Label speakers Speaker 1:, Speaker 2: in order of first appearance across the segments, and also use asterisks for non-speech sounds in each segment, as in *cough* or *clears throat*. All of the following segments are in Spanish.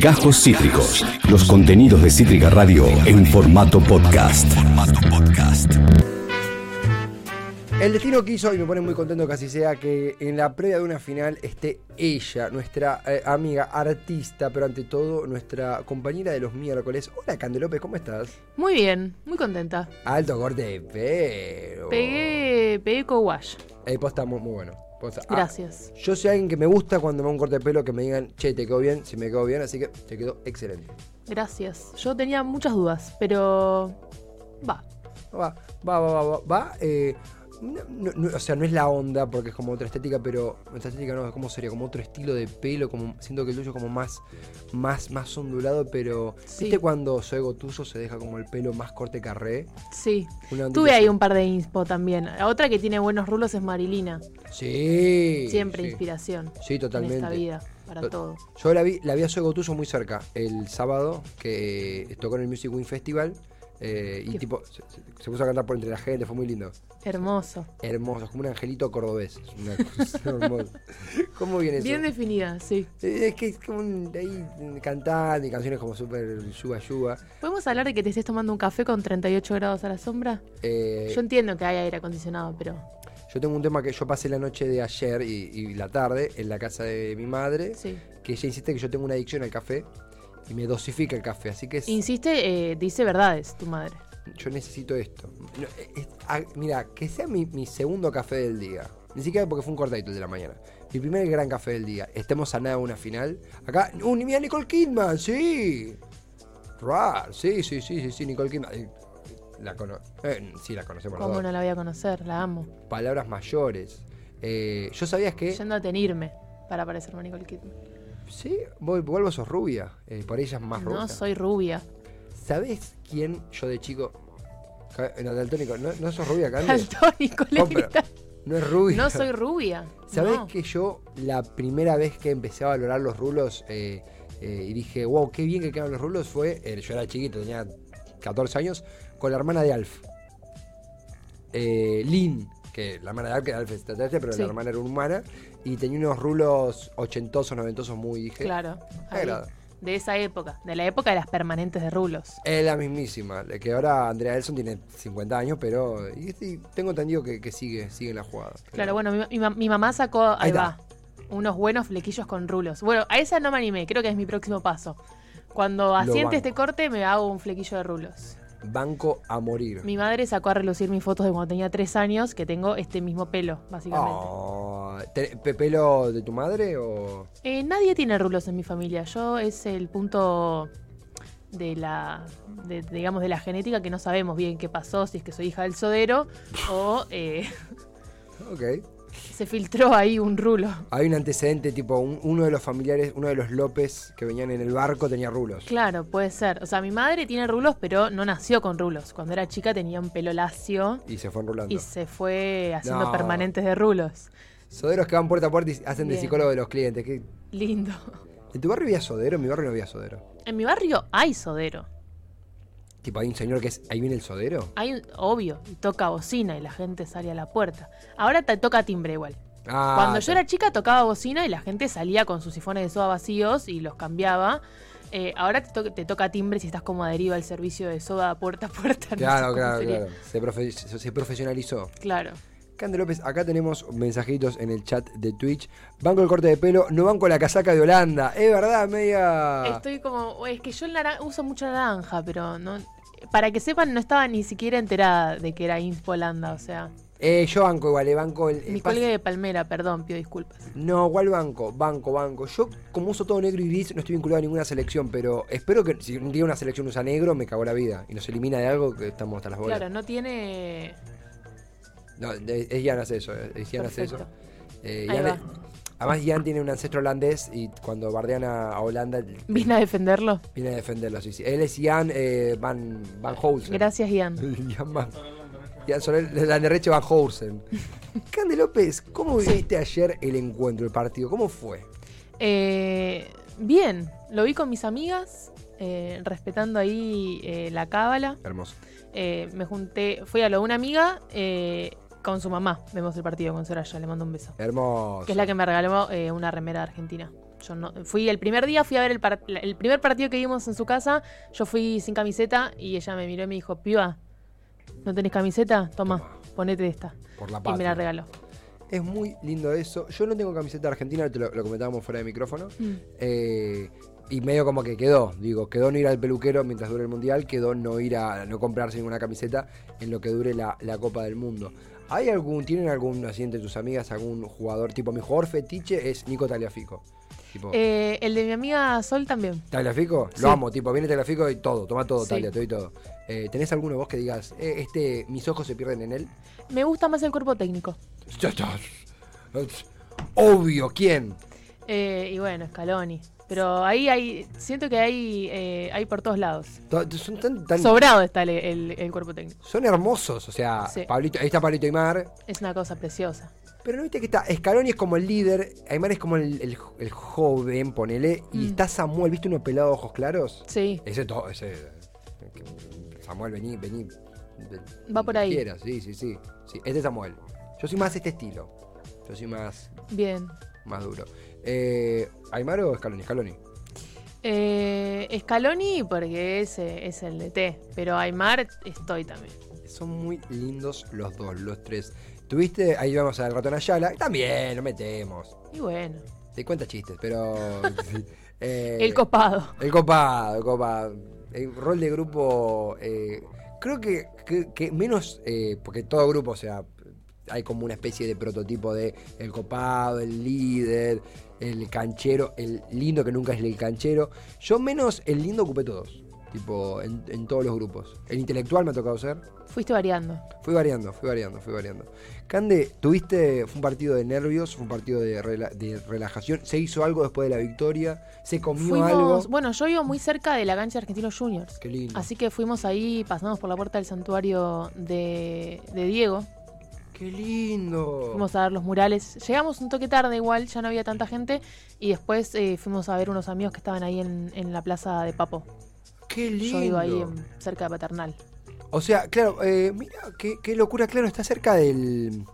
Speaker 1: Gajos Cítricos. Los contenidos de Cítrica Radio en formato podcast.
Speaker 2: El destino quiso, y me pone muy contento que así sea, que en la previa de una final esté ella, nuestra eh, amiga artista, pero ante todo nuestra compañera de los miércoles. Hola, Candelope, ¿cómo estás?
Speaker 3: Muy bien, muy contenta.
Speaker 2: Alto corte de pelo. Oh.
Speaker 3: Pegué, pegué co-wash.
Speaker 2: Eh, posta, muy, muy bueno. Posta. Ah,
Speaker 3: Gracias.
Speaker 2: yo soy alguien que me gusta cuando me hago un corte de pelo que me digan, che, te quedó bien, si me quedó bien, así que te quedó excelente.
Speaker 3: Gracias. Yo tenía muchas dudas, pero. Va.
Speaker 2: Va, va, va, va, va. va, eh, no- no- no, o sea, no es la onda porque es como otra estética, pero otra estética no, ¿cómo sería? Como otro estilo de pelo, como siento que el tuyo es como más, más, más ondulado, pero
Speaker 3: Sí.
Speaker 2: ¿viste cuando Zoe Gotuso se deja como el pelo más corte carré?
Speaker 3: Sí.
Speaker 2: Una ondita
Speaker 3: Tuve
Speaker 2: así.
Speaker 3: ahí un par de inspo también. La otra que tiene buenos rulos es Marilina.
Speaker 2: Sí.
Speaker 3: Siempre
Speaker 2: sí.
Speaker 3: inspiración.
Speaker 2: Sí, totalmente.
Speaker 3: En esta vida, para
Speaker 2: To-
Speaker 3: todo.
Speaker 2: Yo la vi, la vi a Zoe Gotuso muy cerca el sábado que eh, tocó en el Music Win Festival eh, y
Speaker 3: Qué-
Speaker 2: tipo se, se- se puso a cantar por entre la gente, fue muy lindo.
Speaker 3: Hermoso.
Speaker 2: Hermoso, es como un angelito cordobés. es una cosa *laughs* hermosa. ¿Cómo viene eso?
Speaker 3: Bien definida, sí.
Speaker 2: Eh, Es que es como un, ahí cantando y canciones como súper yuba yuba.
Speaker 3: ¿Podemos hablar de que te estés tomando un café con 38 grados a la sombra?
Speaker 2: Eh,
Speaker 3: Yo entiendo que hay aire acondicionado, pero.
Speaker 2: yo tengo un tema que yo pasé la noche de ayer y, y la tarde en la casa de mi madre,
Speaker 3: Sí.
Speaker 2: que ella insiste que yo tengo una adicción al café y me dosifica el café, así que es-
Speaker 3: Insiste, eh, dice verdades tu madre.
Speaker 2: yo necesito esto. No, es- ah, mira, que sea mi, mi segundo café del día, ni siquiera porque fue un cortadito el de la mañana. Mi primer gran café del día. Estemos a nada de una final. Acá, ¡uh, mira Nicole Kidman! ¡Sí! Rar, sí, sí, sí, sí, sí, Nicole Kidman. Eh, La cono eh, sí, la conocemos los
Speaker 3: ¿Cómo
Speaker 2: dos.
Speaker 3: no la voy a conocer? La amo.
Speaker 2: palabras mayores. Eh, yo sabías que.
Speaker 3: Yendo a tenirme para parecerme a Nicole Kidman.
Speaker 2: Sí, vos, vos Alba, sos rubia. eh, por ella es más rubia.
Speaker 3: No soy rubia.
Speaker 2: ¿Sabés quién yo de chico. Ca- No, daltónico, no, no sos
Speaker 3: *laughs*
Speaker 2: rubia, Cande?
Speaker 3: Daltónico le
Speaker 2: Oh, pero
Speaker 3: grita.
Speaker 2: No es rubia.
Speaker 3: No soy rubia.
Speaker 2: ¿Sabés
Speaker 3: no.
Speaker 2: que yo la primera vez que empecé a valorar los rulos eh, eh, y dije, wow, qué bien que quedan los rulos fue, eh, yo era chiquito, tenía 14 años, con la hermana de Alf. Eh, Lynn, que la hermana de Alf, que Alf es extraterrestre, pero
Speaker 3: Sí.
Speaker 2: la hermana era humana, y tenía unos rulos ochentosos, noventosos muy, dije.
Speaker 3: Claro. ahí,
Speaker 2: agrada.
Speaker 3: de esa época. De la época de las permanentes de rulos.
Speaker 2: Es la mismísima, la que ahora Andrea Elson tiene 50 años, pero y- y tengo entendido que, que sigue, sigue en la jugada.
Speaker 3: Claro, bueno, mi, mi ma- mi mamá sacó. Ahí,
Speaker 2: Ahí está.
Speaker 3: va. Unos buenos flequillos con rulos. Bueno, a esa no me animé. Creo que es mi próximo paso. Cuando
Speaker 2: banco.
Speaker 3: asiente este corte, me hago un flequillo de rulos.
Speaker 2: Banco a morir.
Speaker 3: Mi madre sacó a relucir mis fotos de cuando tenía tres años, que tengo este mismo pelo, básicamente.
Speaker 2: Oh, ¿te- pe- ¿Pelo de tu madre o...?
Speaker 3: Eh, nadie tiene rulos en mi familia. Yo es el punto de la, de- digamos, de la genética que no sabemos bien qué pasó, si es que soy hija del sodero o eh, *laughs*
Speaker 2: Ok.
Speaker 3: se filtró ahí un rulo.
Speaker 2: Hay un antecedente, tipo, un- uno de los familiares, uno de los López que venían en el barco tenía rulos.
Speaker 3: Claro, puede ser. O sea, mi madre tiene rulos, pero no nació con rulos. Cuando era chica tenía un pelo lacio
Speaker 2: Y se fue enrulando.
Speaker 3: y se fue haciendo
Speaker 2: No.
Speaker 3: permanentes de rulos.
Speaker 2: Soderos que van puerta a puerta y hacen de
Speaker 3: Bien.
Speaker 2: psicólogo de los clientes. ¿Qué-
Speaker 3: Lindo. *laughs*
Speaker 2: ¿En tu barrio había sodero? En mi barrio no había sodero.
Speaker 3: En mi barrio hay sodero.
Speaker 2: Tipo, hay un señor que es... ¿Ahí viene el sodero?
Speaker 3: Hay un, obvio, y toca bocina y la gente sale a la puerta. Ahora te toca timbre igual.
Speaker 2: Ah,
Speaker 3: Cuando yo era chica tocaba bocina y la gente salía con sus sifones de soda vacíos y los cambiaba. Eh, ahora te, to- te toca timbre si estás como adherido al servicio de soda puerta a puerta. no sé
Speaker 2: Claro,
Speaker 3: cómo
Speaker 2: claro,
Speaker 3: sería.
Speaker 2: claro. Se, profe- se- se profesionalizó.
Speaker 3: Claro.
Speaker 2: Cande López, acá tenemos mensajitos en el chat de Twitch. Banco el corte de pelo, no banco la casaca de Holanda. Es verdad, media...
Speaker 3: Estoy como. Es que yo el naran- uso mucho naranja, pero no. Para que sepan, no estaba ni siquiera enterada de que era Inspo Holanda, o sea.
Speaker 2: Eh, yo banco igual, eh, banco el...
Speaker 3: Mi
Speaker 2: eh, pas-
Speaker 3: colgue de palmera, perdón, pido disculpas.
Speaker 2: No, ¿cuál banco? Banco, banco. Yo, como uso todo negro y gris, no estoy vinculado a ninguna selección, pero espero que si un día una selección usa negro, me cago la vida. Y nos elimina de algo que estamos hasta las bolas.
Speaker 3: Claro, no tiene.
Speaker 2: No, es es Ian hace eso, eh, es Ian hace eso.
Speaker 3: Perfecto.
Speaker 2: Eh,
Speaker 3: Ahí
Speaker 2: Ian
Speaker 3: va.
Speaker 2: es- además, Ian tiene un ancestro holandés y cuando bardean a, a Holanda, él-
Speaker 3: ¿Vine a defenderlo?
Speaker 2: viene a defenderlo. sí, sí. Él es Ian eh, Van, Van Housen. *laughs*
Speaker 3: Gracias, Ian.
Speaker 2: Ian Van... Ian Soler, de la derecha Van
Speaker 3: *laughs*
Speaker 2: Housen. Cande López, ¿cómo viviste ayer el encuentro, el partido? ¿Cómo fue?
Speaker 3: Eh, bien, lo vi con mis amigas, eh, respetando ahí eh, la cábala.
Speaker 2: Hermoso.
Speaker 3: Eh, me junté, fui a lo de una amiga eh, con su mamá. Vemos el partido con Soraya, le mando un beso.
Speaker 2: Hermoso.
Speaker 3: Que es la que me regaló eh, una remera de Argentina. Yo no, fui el primer día, fui a ver el, par- la- el primer partido que vimos en su casa. Yo fui sin camiseta y ella me miró y me dijo, piba, ¿no tenés camiseta? Toma, ponete esta.
Speaker 2: Por la
Speaker 3: Y me
Speaker 2: patria.
Speaker 3: la regaló.
Speaker 2: Es muy lindo eso. Yo no tengo camiseta argentina, te lo, lo comentábamos fuera de micrófono. Eh, y medio como que quedó, digo, quedó no ir al peluquero mientras dure el mundial, quedó no ir a no comprarse ninguna camiseta en lo que dure la, la Copa del Mundo. ¿Hay algún, tienen algún así entre tus amigas, algún jugador tipo? Mi jugador fetiche es Nico Taliafico. Tipo,
Speaker 3: Eh, el de mi amiga Sol también.
Speaker 2: ¿Taliafico?
Speaker 3: sí.
Speaker 2: Lo amo, tipo, viene Taliafico y todo, toma todo,
Speaker 3: Sí.
Speaker 2: Talia, te doy todo. Eh, ¿Tenés alguno vos que digas, eh, este, mis ojos se pierden en él?
Speaker 3: Me gusta más el cuerpo técnico.
Speaker 2: Obvio, ¿quién?
Speaker 3: Eh, y bueno, Scaloni. Pero ahí hay, siento que hay, eh, hay por todos lados.
Speaker 2: To- Son tan, tan-
Speaker 3: Sobrado está el, el- el cuerpo técnico.
Speaker 2: son hermosos, o sea,
Speaker 3: Sí.
Speaker 2: Pablito, ahí está Pablito Aymar.
Speaker 3: Es una cosa preciosa.
Speaker 2: Pero no viste que está, Scaloni es como el líder, Aymar es como el, el- el joven, ponele, y
Speaker 3: Mm.
Speaker 2: está Samuel, ¿viste uno pelado de ojos claros?
Speaker 3: Sí.
Speaker 2: Ese todo, ese. Samuel, vení, vení. ven,
Speaker 3: Va por
Speaker 2: donde
Speaker 3: ahí.
Speaker 2: quieras, sí, sí, sí, sí. Este es Samuel. Yo soy más este estilo. Yo soy más,
Speaker 3: Bien.
Speaker 2: más duro. Eh, ¿Aymar o Scaloni? Scaloni.
Speaker 3: Eh, Scaloni, porque ese es el DT. Pero Aymar, estoy también.
Speaker 2: Son muy lindos los dos, los tres. Tuviste, ahí vamos al ratón Ayala. También, lo metemos.
Speaker 3: Y bueno,
Speaker 2: Te cuenta chistes, pero. *laughs* eh,
Speaker 3: el copado.
Speaker 2: El copado, el copado. El rol de grupo. eh, creo que, que- que menos. eh, porque todo grupo, o sea, hay como una especie de prototipo de el copado, el líder, el canchero, el lindo que nunca es el canchero. Yo menos el lindo ocupé todos. Tipo, en, en todos los grupos. El intelectual me ha tocado ser.
Speaker 3: Fuiste variando.
Speaker 2: Fui variando, fui variando, fui variando. Cande, tuviste, fue un partido de nervios, fue un partido de, rela- de relajación. ¿Se hizo algo después de la victoria? ¿Se comió
Speaker 3: Fuimos,
Speaker 2: algo?
Speaker 3: bueno, yo vivo muy cerca de la cancha de Argentinos Juniors.
Speaker 2: Qué lindo.
Speaker 3: Así que fuimos ahí, pasamos por la puerta del santuario de, de Diego.
Speaker 2: Qué lindo.
Speaker 3: Fuimos a ver los murales. Llegamos un toque tarde igual, ya no había tanta gente. Y después eh, fuimos a ver unos amigos que estaban ahí en, en la plaza de Papo.
Speaker 2: Qué
Speaker 3: Yo
Speaker 2: lindo.
Speaker 3: vivo ahí en- cerca de Paternal.
Speaker 2: O sea, claro, eh, mira, qué, qué locura, claro, está cerca del...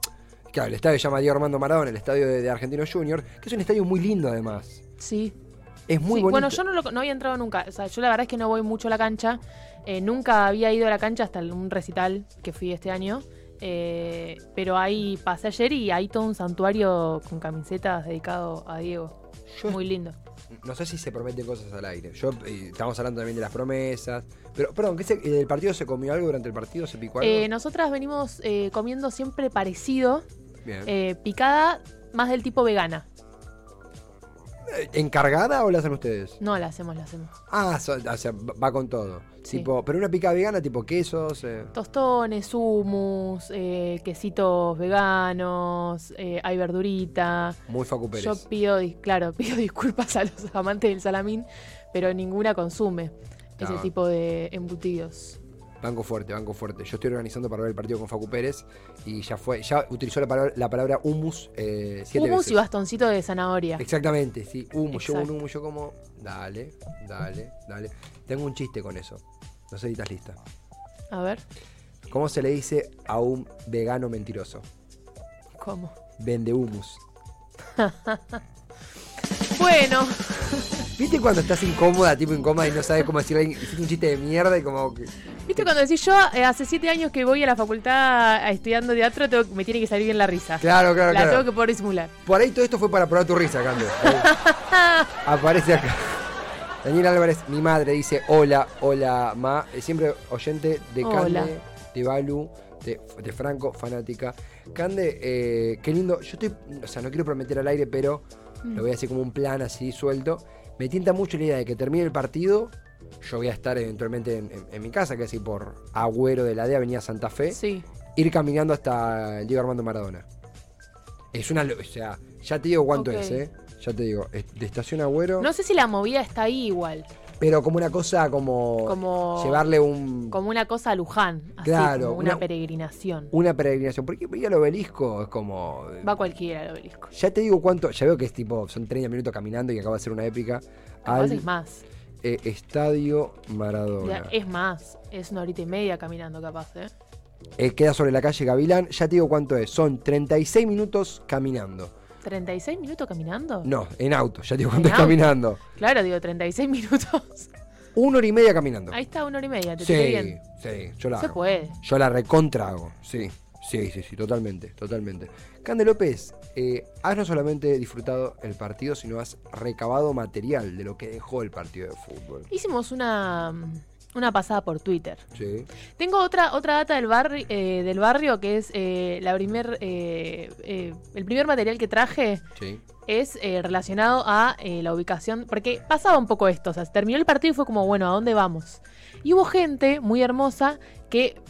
Speaker 2: Claro, el estadio se llama Diego Armando Maradona, el estadio de, de Argentino Junior, que es un estadio muy lindo además.
Speaker 3: Sí.
Speaker 2: Es muy
Speaker 3: Sí,
Speaker 2: bonito.
Speaker 3: Bueno, yo no, lo- no había entrado nunca. O sea, yo la verdad es que no voy mucho a la cancha. Eh, nunca había ido a la cancha hasta un recital que fui este año. Eh, pero ahí pasé ayer y hay todo un santuario con camisetas dedicado a Diego.
Speaker 2: Yo-
Speaker 3: Muy lindo.
Speaker 2: No sé si se prometen cosas al aire. Yo, eh, estamos hablando también de las promesas. Pero, perdón, ¿qué se- eh, ¿el partido se comió algo durante el partido? ¿Se picó algo?
Speaker 3: Eh, nosotras venimos eh, comiendo siempre parecido.
Speaker 2: Bien.
Speaker 3: eh, picada más del tipo vegana.
Speaker 2: Eh, ¿Encargada o la hacen ustedes?
Speaker 3: No la hacemos, la hacemos.
Speaker 2: Ah, so- o sea, va con todo.
Speaker 3: Sí.
Speaker 2: Tipo, pero una pica vegana, tipo quesos. eh.
Speaker 3: Tostones, hummus, eh, quesitos veganos, eh, hay verdurita.
Speaker 2: Muy Facu Pérez.
Speaker 3: Yo pido, dis- claro, *laughs* pido disculpas a los amantes del salamín, pero ninguna consume ese
Speaker 2: No.
Speaker 3: tipo de embutidos.
Speaker 2: Banco fuerte, banco fuerte. Yo estoy organizando para ver el partido con Facu Pérez y ya fue, ya utilizó la palabra, la palabra humus eh, siete
Speaker 3: Hummus
Speaker 2: veces.
Speaker 3: y bastoncito de zanahoria.
Speaker 2: Exactamente, sí, humus. Yo un
Speaker 3: Exacto.
Speaker 2: humus, yo como, dale, dale, dale. Tengo un chiste con eso. No sé si estás lista.
Speaker 3: A ver,
Speaker 2: ¿Cómo se le dice a un vegano mentiroso?
Speaker 3: ¿cómo?
Speaker 2: Vende humus.
Speaker 3: Bueno,
Speaker 2: ¿Viste cuando estás incómoda, tipo incómoda y no sabes cómo decirle hiciste un chiste de mierda y como que...
Speaker 3: viste cuando decís yo, eh, hace siete años que voy a la facultad a- estudiando teatro, tengo- me tiene que salir bien la risa.
Speaker 2: Claro, claro,
Speaker 3: la
Speaker 2: claro.
Speaker 3: tengo que poder disimular.
Speaker 2: Por ahí todo esto fue para probar tu risa, Cande. Ahí. Aparece acá. Daniel Álvarez, mi madre, dice hola, hola, ma. Eh, Siempre oyente de
Speaker 3: Hola.
Speaker 2: Cande, de Balu, de, de Franco, fanática. Cande, eh, qué lindo. Yo estoy, o sea, no quiero prometer al aire, pero lo voy a hacer como un plan así suelto. Me tienta mucho la idea de que termine el partido. Yo voy a estar eventualmente en, en- en mi casa, que así por Agüero de la D, Avenida Santa Fe
Speaker 3: Sí.
Speaker 2: ir caminando hasta el Diego Armando Maradona. Es una. lo- O sea, ya te digo cuánto
Speaker 3: Ok.
Speaker 2: es, ¿eh? Ya te digo, es de estación Agüero,
Speaker 3: No sé si la movida está ahí igual,
Speaker 2: pero como una cosa como.
Speaker 3: Como-
Speaker 2: Llevarle un.
Speaker 3: como una cosa a Luján, así
Speaker 2: Claro,
Speaker 3: como una,
Speaker 2: una-
Speaker 3: peregrinación.
Speaker 2: Una peregrinación. Porque ir al obelisco es como. eh,
Speaker 3: Va cualquiera al obelisco.
Speaker 2: Ya te digo cuánto. Ya veo que es tipo. Son 30 minutos caminando y acaba de ser una épica.
Speaker 3: Capaz
Speaker 2: Al
Speaker 3: es más.
Speaker 2: eh, Estadio Maradona.
Speaker 3: Ya, eh. Es más, es una horita y media caminando capaz, ¿eh?
Speaker 2: Eh, queda sobre la calle Gavilán. Ya te digo cuánto es. Son 36 minutos caminando.
Speaker 3: ¿36 minutos caminando?
Speaker 2: No, en auto, ya te digo cuánto
Speaker 3: ¿En
Speaker 2: es caminando.
Speaker 3: Claro, digo, 36 *laughs* minutos.
Speaker 2: Una hora y media caminando.
Speaker 3: Ahí está, una hora y media, te tiré
Speaker 2: sí,
Speaker 3: bien.
Speaker 2: sí, yo la
Speaker 3: Se
Speaker 2: hago.
Speaker 3: puede.
Speaker 2: Yo la recontra hago, sí. Sí, sí, sí, totalmente, totalmente. Cande López, eh, has no solamente disfrutado el partido, sino has recabado material de lo que dejó el partido de fútbol.
Speaker 3: Hicimos una, mm, una pasada por Twitter.
Speaker 2: Sí.
Speaker 3: Tengo otra, otra data del, barri- eh, del barrio que es eh, la primer, eh, eh, el primer material que traje
Speaker 2: Sí.
Speaker 3: es eh, relacionado a eh, la ubicación, porque pasaba un poco esto, o sea, se terminó el partido y fue como, bueno, ¿a dónde vamos? Y hubo gente muy hermosa que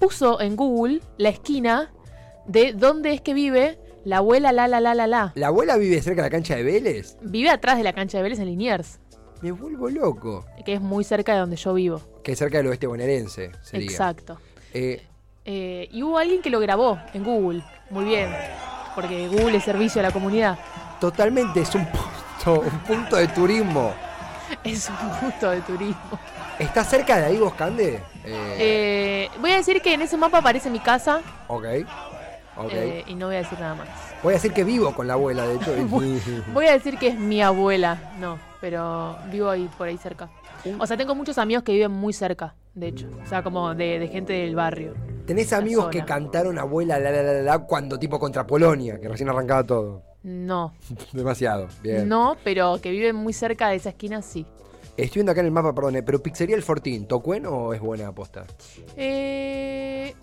Speaker 3: puso en Google la esquina de dónde es que vive la abuela la la la la la.
Speaker 2: ¿La abuela vive cerca de la cancha de Vélez?
Speaker 3: Vive atrás de la cancha de Vélez en Liniers,
Speaker 2: Me vuelvo loco.
Speaker 3: que es muy cerca de donde yo vivo.
Speaker 2: Que es cerca del oeste bonaerense, sería.
Speaker 3: Exacto.
Speaker 2: Eh,
Speaker 3: Eh, y hubo alguien que lo grabó en Google. Muy bien. Porque Google es servicio a la comunidad. *laughs*
Speaker 2: totalmente es un punto, un punto de turismo.
Speaker 3: Es un gusto de turismo.
Speaker 2: ¿Está cerca de ahí vos, Cande? Eh,
Speaker 3: Eh, voy a decir que en ese mapa aparece mi casa
Speaker 2: ok. Ok.
Speaker 3: eh, y no voy a decir nada más.
Speaker 2: Voy a decir que vivo con la abuela,
Speaker 3: *laughs*
Speaker 2: de hecho.
Speaker 3: Voy a decir que es mi abuela, no, pero vivo ahí por ahí cerca.
Speaker 2: Uh.
Speaker 3: O sea, tengo muchos amigos que viven muy cerca, de hecho. O sea, como de, de gente del barrio.
Speaker 2: ¿Tenés amigos que
Speaker 3: zona.
Speaker 2: cantaron abuela la la la la la cuando tipo contra Polonia, que recién arrancaba todo? *laughs*
Speaker 3: No,
Speaker 2: Demasiado. Bien.
Speaker 3: no, pero que viven muy cerca de esa esquina, sí.
Speaker 2: Estoy viendo acá en el mapa, perdón, eh, pero Pizzería El Fortín, ¿Tocuen o es buena aposta?
Speaker 3: Eh,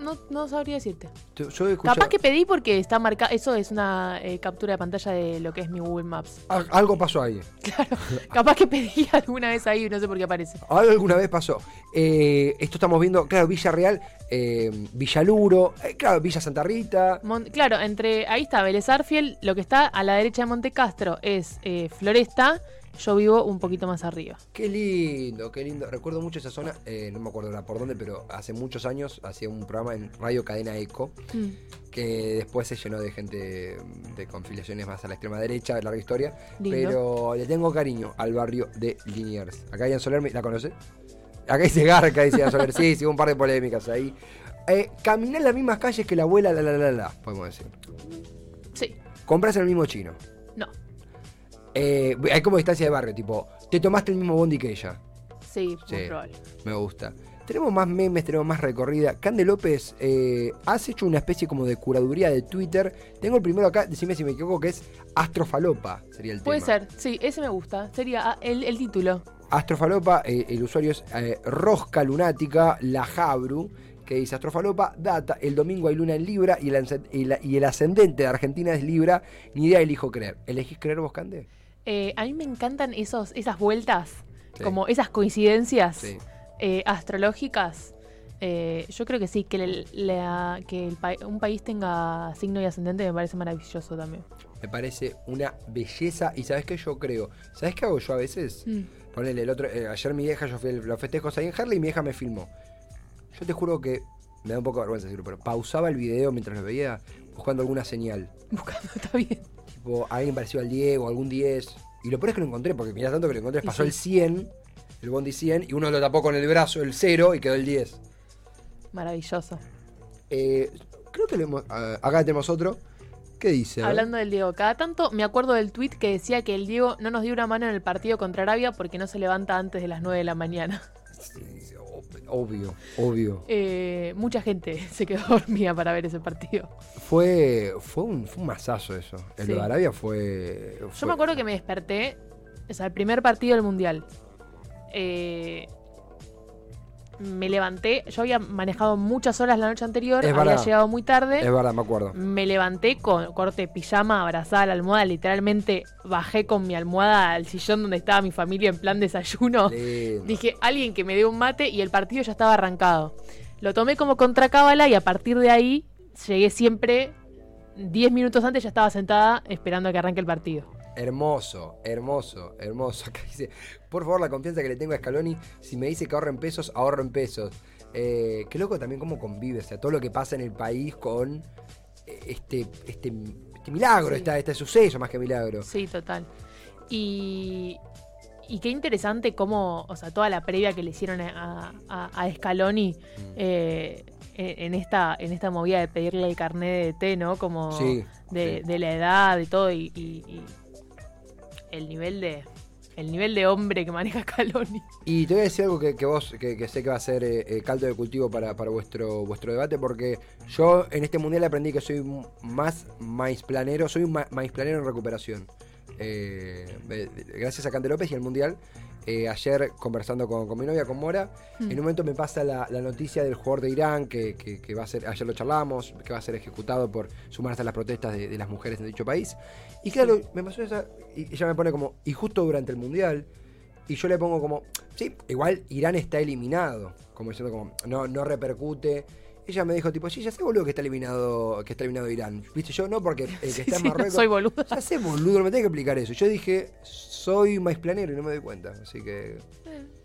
Speaker 3: no, no sabría decirte.
Speaker 2: Yo, yo he escuchado-
Speaker 3: Capaz que pedí porque está marcado. Eso es una eh, captura de pantalla de lo que es mi Google Maps.
Speaker 2: Ah, Algo pasó ahí.
Speaker 3: Claro.
Speaker 2: Ah.
Speaker 3: Capaz que pedí *laughs* alguna vez ahí y no sé por qué aparece.
Speaker 2: Algo alguna vez pasó. Eh, esto estamos viendo, claro, Villarreal, eh, Villaluro, eh, claro, Villa Santa Rita.
Speaker 3: Mon- claro, entre. Ahí está, Vélez Arfiel. Lo que está a la derecha de Monte Castro es eh, Floresta. Yo vivo un poquito más arriba.
Speaker 2: Qué lindo, qué lindo. Recuerdo mucho esa zona, eh, no me acuerdo ahora por dónde, pero hace muchos años hacía un programa en Radio Cadena Eco que después se llenó de gente de confiliaciones más a la extrema derecha, larga historia.
Speaker 3: Lindo.
Speaker 2: Pero le tengo cariño al barrio de Liniers. Acá Ian Soler, ¿me- ¿la conoce? Acá dice Garca, dice Ian Soler. Sí, sí, hubo un par de polémicas ahí. Eh, caminar las mismas calles que la abuela, la la la la, podemos decir.
Speaker 3: Sí.
Speaker 2: Compras el mismo chino.
Speaker 3: No.
Speaker 2: Eh, hay como distancia de barrio, tipo, te tomaste el mismo bondi que ella.
Speaker 3: Sí, muy
Speaker 2: Sí.
Speaker 3: probable.
Speaker 2: Me gusta. Tenemos más memes, tenemos más recorrida. Cande López, eh, has hecho una especie como de curaduría de Twitter. Tengo el primero acá, decime si me equivoco, que es Astrofalopa, sería el
Speaker 3: Puede
Speaker 2: tema.
Speaker 3: ser. Sí, ese me gusta. Sería ah, el, el título.
Speaker 2: Astrofalopa, eh, el usuario es eh, Rosca Lunática, la Jabru, que dice Astrofalopa, data, el domingo hay luna en Libra y el, anse- y la- y el ascendente de Argentina es Libra, ni idea elijo creer. ¿Elegís creer vos, Cande?
Speaker 3: Eh, a mí me encantan esos, esas vueltas.
Speaker 2: Sí.
Speaker 3: Como esas coincidencias. eh, astrológicas, eh, yo creo que sí, que, el- la- que el pa- un país tenga signo y ascendente me parece maravilloso también.
Speaker 2: Me parece una belleza y sabes qué yo creo, ¿sabes qué hago yo a veces? Ponele, el otro, eh, ayer mi vieja, yo fui a los festejos ahí en Harley y mi vieja me filmó. Yo te juro que, me da un poco de vergüenza decirlo, pero pausaba el video mientras lo veía buscando alguna señal.
Speaker 3: *laughs* Buscando, está bien.
Speaker 2: Tipo, alguien parecido al Diego, algún 10. Y lo peor es que lo encontré, porque mirá tanto que lo encontré.
Speaker 3: Y
Speaker 2: Pasó
Speaker 3: sí.
Speaker 2: el 100, el Bondi 100, y uno lo tapó con el brazo, el 0, y quedó el 10.
Speaker 3: Maravilloso.
Speaker 2: Eh, creo que lo hemos... ah, acá tenemos otro. ¿Qué dice? A ver.
Speaker 3: Hablando del Diego, cada tanto me acuerdo del tuit que decía que el Diego no nos dio una mano en el partido contra Arabia porque no se levanta antes de las 9 de la mañana. *laughs*
Speaker 2: Sí, ob- Obvio, obvio.
Speaker 3: Eh, mucha gente *laughs* se quedó dormida para ver ese partido.
Speaker 2: Fue, fue, un, fue un masazo eso. El
Speaker 3: Sí.
Speaker 2: de Arabia fue,
Speaker 3: Yo
Speaker 2: fue-
Speaker 3: me acuerdo que me desperté, o sea, el primer partido del Mundial. Eh, me levanté, yo había manejado muchas horas la noche anterior,
Speaker 2: Es
Speaker 3: había
Speaker 2: verdad.
Speaker 3: llegado muy tarde.
Speaker 2: Es verdad, me acuerdo.
Speaker 3: Me levanté con corte pijama, abrazada a la almohada, literalmente bajé con mi almohada al sillón donde estaba mi familia en plan desayuno.
Speaker 2: *laughs* Lindo.
Speaker 3: Dije, alguien que me dé un mate y el partido ya estaba arrancado. Lo tomé como contra cábala y a partir de ahí llegué siempre 10 minutos antes, ya estaba sentada esperando a que arranque el partido.
Speaker 2: Hermoso, hermoso, hermoso. *laughs* Acá dice, por favor, la confianza que le tengo a Scaloni, si me dice que ahorren pesos, ahorren pesos. Eh, qué loco también cómo convive, o sea, todo lo que pasa en el país con eh, este, este, este milagro,
Speaker 3: Sí.
Speaker 2: esta- este suceso más que milagro.
Speaker 3: Sí, total. Y, y qué
Speaker 2: Mm.
Speaker 3: interesante cómo, o sea, toda la previa que le hicieron a, a- a Scaloni, eh, en en esta, en esta movida de pedirle el carnet de té, ¿no? Como
Speaker 2: Sí,
Speaker 3: de,
Speaker 2: sí.
Speaker 3: de la edad, de todo, y, y- y el nivel de. El nivel de hombre que maneja Caloni.
Speaker 2: Y te voy a decir algo que, que vos, que, que sé que va a ser eh, eh, caldo de cultivo para, para vuestro, vuestro debate, porque yo en este mundial aprendí que soy m- más maizplanero, soy un ma- maizplanero en recuperación. Eh, eh, gracias a Cante López y al mundial. eh, ayer conversando con, con mi novia, con Mora, en un momento me pasa la, la noticia del jugador de Irán que, que- que va a ser, ayer lo charlamos, que va a ser ejecutado por sumarse a las protestas de, de las mujeres en dicho país. Y claro, me pasó esa, y ella me pone como, y justo durante el mundial, y yo le pongo como, sí, igual Irán está eliminado. Como diciendo como, no, no repercute. Ella me dijo tipo, sí, ya sé boludo que está eliminado, que está eliminado Irán. Viste, yo no, porque el que está en
Speaker 3: *laughs* Sí, no
Speaker 2: Marruecos.
Speaker 3: soy boludo.
Speaker 2: Ya sé, boludo, no me tenés que explicar eso. Yo dije, soy más planero y no me doy cuenta. Así que.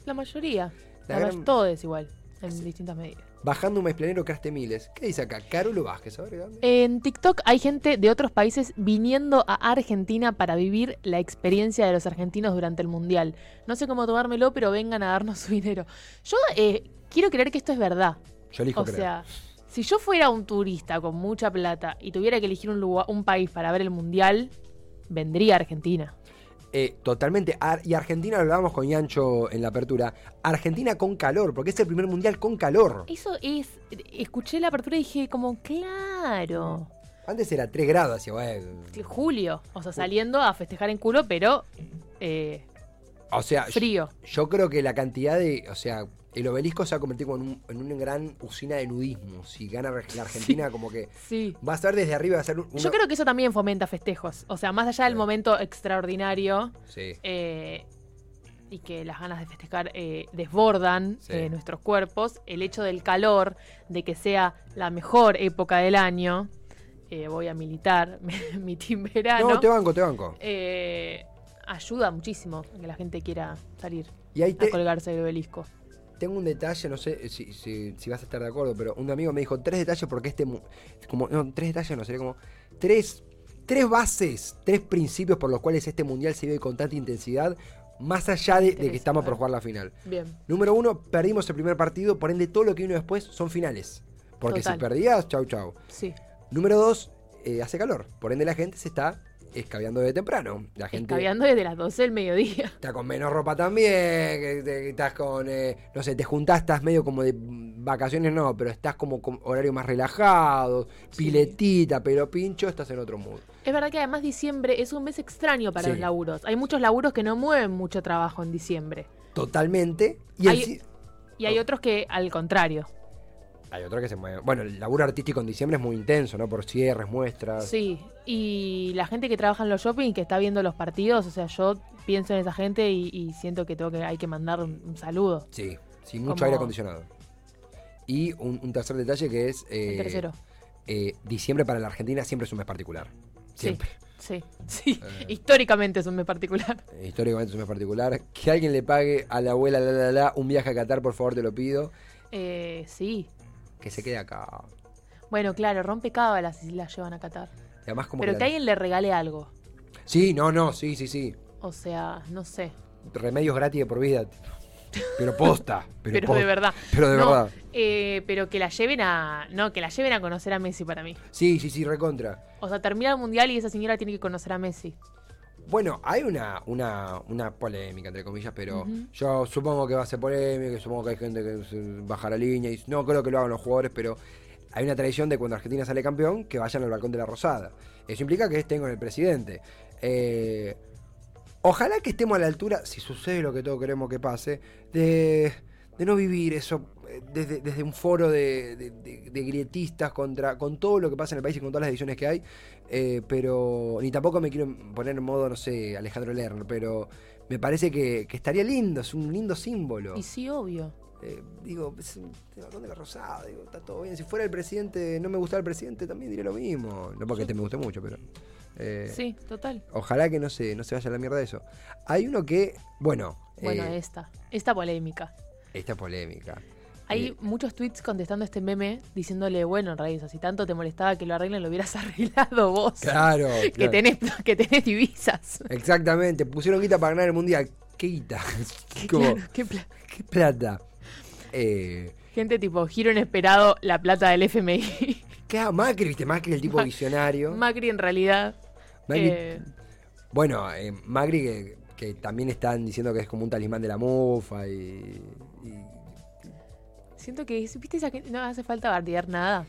Speaker 3: La mayoría.
Speaker 2: La
Speaker 3: La
Speaker 2: gran-
Speaker 3: Todos igual, en distintas medidas.
Speaker 2: Bajando un maizplanero creaste miles. ¿Qué dice acá? Carolo Vázquez, a ver, dame.
Speaker 3: En TikTok hay gente de otros países viniendo a Argentina para vivir la experiencia de los argentinos durante el Mundial. No sé cómo tomármelo, pero vengan a darnos *laughs* su dinero. Yo eh, quiero creer que esto es verdad.
Speaker 2: Yo elijo
Speaker 3: O
Speaker 2: creer.
Speaker 3: sea, si yo fuera un turista con mucha plata y tuviera que elegir un, lugar, un país para ver el Mundial, vendría a Argentina.
Speaker 2: Eh, totalmente. Ar- y Argentina lo hablábamos con Yancho en la apertura. Argentina con calor, porque es el primer mundial con calor.
Speaker 3: Eso es... Escuché la apertura y dije como, claro.
Speaker 2: Antes era 3 grados, hacia bueno.
Speaker 3: Julio. O sea, saliendo a festejar en culo, pero... eh,
Speaker 2: O sea,
Speaker 3: Frío.
Speaker 2: Yo, yo creo que la cantidad de. O sea, el obelisco se ha convertido en, un- en una gran usina de nudismo. Si gana Ar- la Argentina, como que.
Speaker 3: sí.
Speaker 2: Va a ser desde arriba, va a ser un.
Speaker 3: Yo creo que eso también fomenta festejos. O sea, más allá del
Speaker 2: Sí.
Speaker 3: momento extraordinario
Speaker 2: Sí.
Speaker 3: eh, y que las ganas de festejar eh, desbordan
Speaker 2: Sí.
Speaker 3: eh, nuestros cuerpos, el hecho del calor, de que sea la mejor época del año, eh, voy a militar *laughs* mi team verano,
Speaker 2: No, te banco, te banco.
Speaker 3: eh, ayuda muchísimo a que la gente quiera salir
Speaker 2: Y ahí
Speaker 3: a
Speaker 2: te,
Speaker 3: colgarse del obelisco.
Speaker 2: tengo un detalle, no sé eh, si, si- si vas a estar de acuerdo, pero un amigo me dijo tres detalles porque este. mu- Como, no, tres detalles no, sería como. Tres, tres bases, tres principios por los cuales este mundial se vive con tanta intensidad, más allá de, de que
Speaker 3: Interesa,
Speaker 2: estamos
Speaker 3: a
Speaker 2: por
Speaker 3: ver.
Speaker 2: jugar la final.
Speaker 3: Bien.
Speaker 2: Número uno, perdimos el primer partido, por ende todo lo que vino después son finales. Porque si
Speaker 3: Total.
Speaker 2: perdías, chau chau.
Speaker 3: Sí,
Speaker 2: Número dos, eh, hace calor, por ende la gente se está escabeando de temprano. La gente
Speaker 3: escabeando desde las 12 del mediodía.
Speaker 2: está con menos ropa también, que te- que estás con, eh, no sé, te juntás, estás medio como de mm, vacaciones, no, pero estás como con horario más relajado,
Speaker 3: Sí.
Speaker 2: piletita, pero pincho, estás en otro mood.
Speaker 3: Es verdad que además diciembre es un mes extraño para
Speaker 2: Sí.
Speaker 3: los laburos. Hay muchos laburos que no mueven mucho trabajo en diciembre.
Speaker 2: Totalmente. Y el
Speaker 3: Hay-
Speaker 2: ci-
Speaker 3: Y
Speaker 2: Oh.
Speaker 3: hay otros que al contrario.
Speaker 2: hay otro que se mueve. Bueno, el laburo artístico en diciembre es muy intenso, ¿no? Por cierres, muestras.
Speaker 3: Sí. Y la gente que trabaja en los shopping que está viendo los partidos, o sea, yo pienso en esa gente y, y siento que tengo que hay que mandar un, un saludo.
Speaker 2: Sí, sí, mucho
Speaker 3: Como-
Speaker 2: aire acondicionado. Y un, un tercer detalle que es. eh,
Speaker 3: El tercero.
Speaker 2: eh, diciembre para la Argentina siempre es un mes particular. Siempre.
Speaker 3: Sí, *laughs* sí. sí. Históricamente es un mes particular. *laughs*
Speaker 2: Eh, Históricamente es un mes particular. Que alguien le pague a la abuela la, la, la, un viaje a Qatar, por favor, te lo pido.
Speaker 3: Eh, sí.
Speaker 2: Que se quede acá.
Speaker 3: Bueno, claro, rompe cábalas si las llevan a Qatar.
Speaker 2: Y además, como
Speaker 3: Pero
Speaker 2: que
Speaker 3: que
Speaker 2: la-
Speaker 3: alguien le regale algo.
Speaker 2: Sí, no, no, sí, sí, sí.
Speaker 3: O sea, no sé.
Speaker 2: Remedios gratis de por vida. Pero posta. Pero,
Speaker 3: Pero,
Speaker 2: posta.
Speaker 3: de verdad.
Speaker 2: Pero de
Speaker 3: No,
Speaker 2: verdad.
Speaker 3: eh, pero que la lleven a. No, que la lleven a conocer a Messi para mí.
Speaker 2: Sí, sí, sí, recontra.
Speaker 3: O sea, termina el mundial y esa señora tiene que conocer a Messi.
Speaker 2: Bueno, hay una, una, una polémica, entre comillas, pero
Speaker 3: Ujú.
Speaker 2: yo supongo que va a ser polémica, y supongo que hay gente que se baja la línea, y no creo que lo hagan los jugadores, pero hay una tradición de cuando Argentina sale campeón, que vayan al balcón de la Rosada. Eso implica que estén con el presidente. Eh, ojalá que estemos a la altura, si sucede lo que todos queremos que pase, de, de no vivir eso eh, desde, desde un foro de, de- de- de grietistas contra, con todo lo que pasa en el país y con todas las decisiones que hay. eh, pero ni tampoco me quiero poner en modo, no sé, Alejandro Lerner, pero me parece que, que estaría lindo, es un lindo símbolo.
Speaker 3: Y sí, obvio.
Speaker 2: Eh, digo, es un el balcón de la rosada, digo, está todo bien. Si fuera el presidente, no me gustara el presidente, también diría lo mismo. No porque este me guste mucho, pero. eh,
Speaker 3: Sí, total.
Speaker 2: Ojalá que no se, no se vaya a la mierda eso. Hay uno que, bueno,
Speaker 3: Bueno,
Speaker 2: eh,
Speaker 3: esta. Esta polémica.
Speaker 2: esta polémica.
Speaker 3: Hay
Speaker 2: Eh,
Speaker 3: muchos tweets contestando este meme diciéndole, bueno, en realidad, si tanto te molestaba que lo arreglen, lo hubieras *laughs* arreglado vos.
Speaker 2: claro,
Speaker 3: *laughs* Que
Speaker 2: claro.
Speaker 3: tenés, que tenés divisas.
Speaker 2: Exactamente, pusieron guita para *laughs*
Speaker 3: *laughs*
Speaker 2: ganar el mundial. ¿Qué guita? Como,
Speaker 3: Claro, qué pla-
Speaker 2: ¿Qué plata? Eh,
Speaker 3: Gente tipo, giro inesperado, la plata del FMI.
Speaker 2: ¿Qué hago? Macri, viste, Macri el tipo visionario.
Speaker 3: Macri en realidad.
Speaker 2: Macri-
Speaker 3: eh,
Speaker 2: bueno, eh, Macri que, que también están diciendo que es como un talismán de la mufa y, y-
Speaker 3: siento que, es- viste, esa gente- no hace falta bardear nada.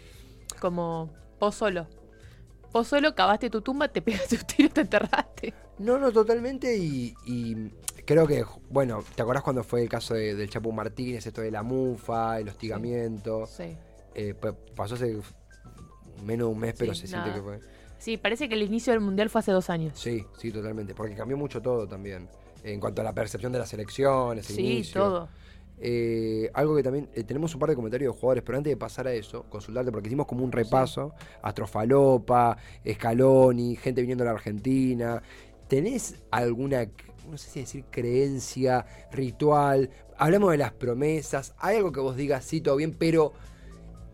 Speaker 3: Como vos solo. Vos solo cavaste tu tumba, te *laughs* pegaste un tiro, te enterraste.
Speaker 2: No, no, totalmente y, y creo que, bueno, ¿te acordás cuando fue el caso de- del Chapo Martínez, esto de la mufa, el hostigamiento?
Speaker 3: Sí.
Speaker 2: Eh, pa- pasó hace menos de un mes, pero
Speaker 3: Sí,
Speaker 2: se
Speaker 3: nada.
Speaker 2: siente que fue...
Speaker 3: Sí, parece que el inicio del mundial fue hace dos años.
Speaker 2: Sí, sí, totalmente, porque cambió mucho todo también, en cuanto a la percepción de las elecciones, el
Speaker 3: Sí,
Speaker 2: inicio.
Speaker 3: todo.
Speaker 2: Eh, algo que también eh, tenemos un par de comentarios de jugadores, pero antes de pasar a eso, consultarte, porque hicimos como un repaso: Astrofalopa, Scaloni, gente viniendo a la Argentina. ¿Tenés alguna, no sé si decir creencia, ritual? Hablamos de las promesas. ¿Hay algo que vos digas, sí, todo bien, pero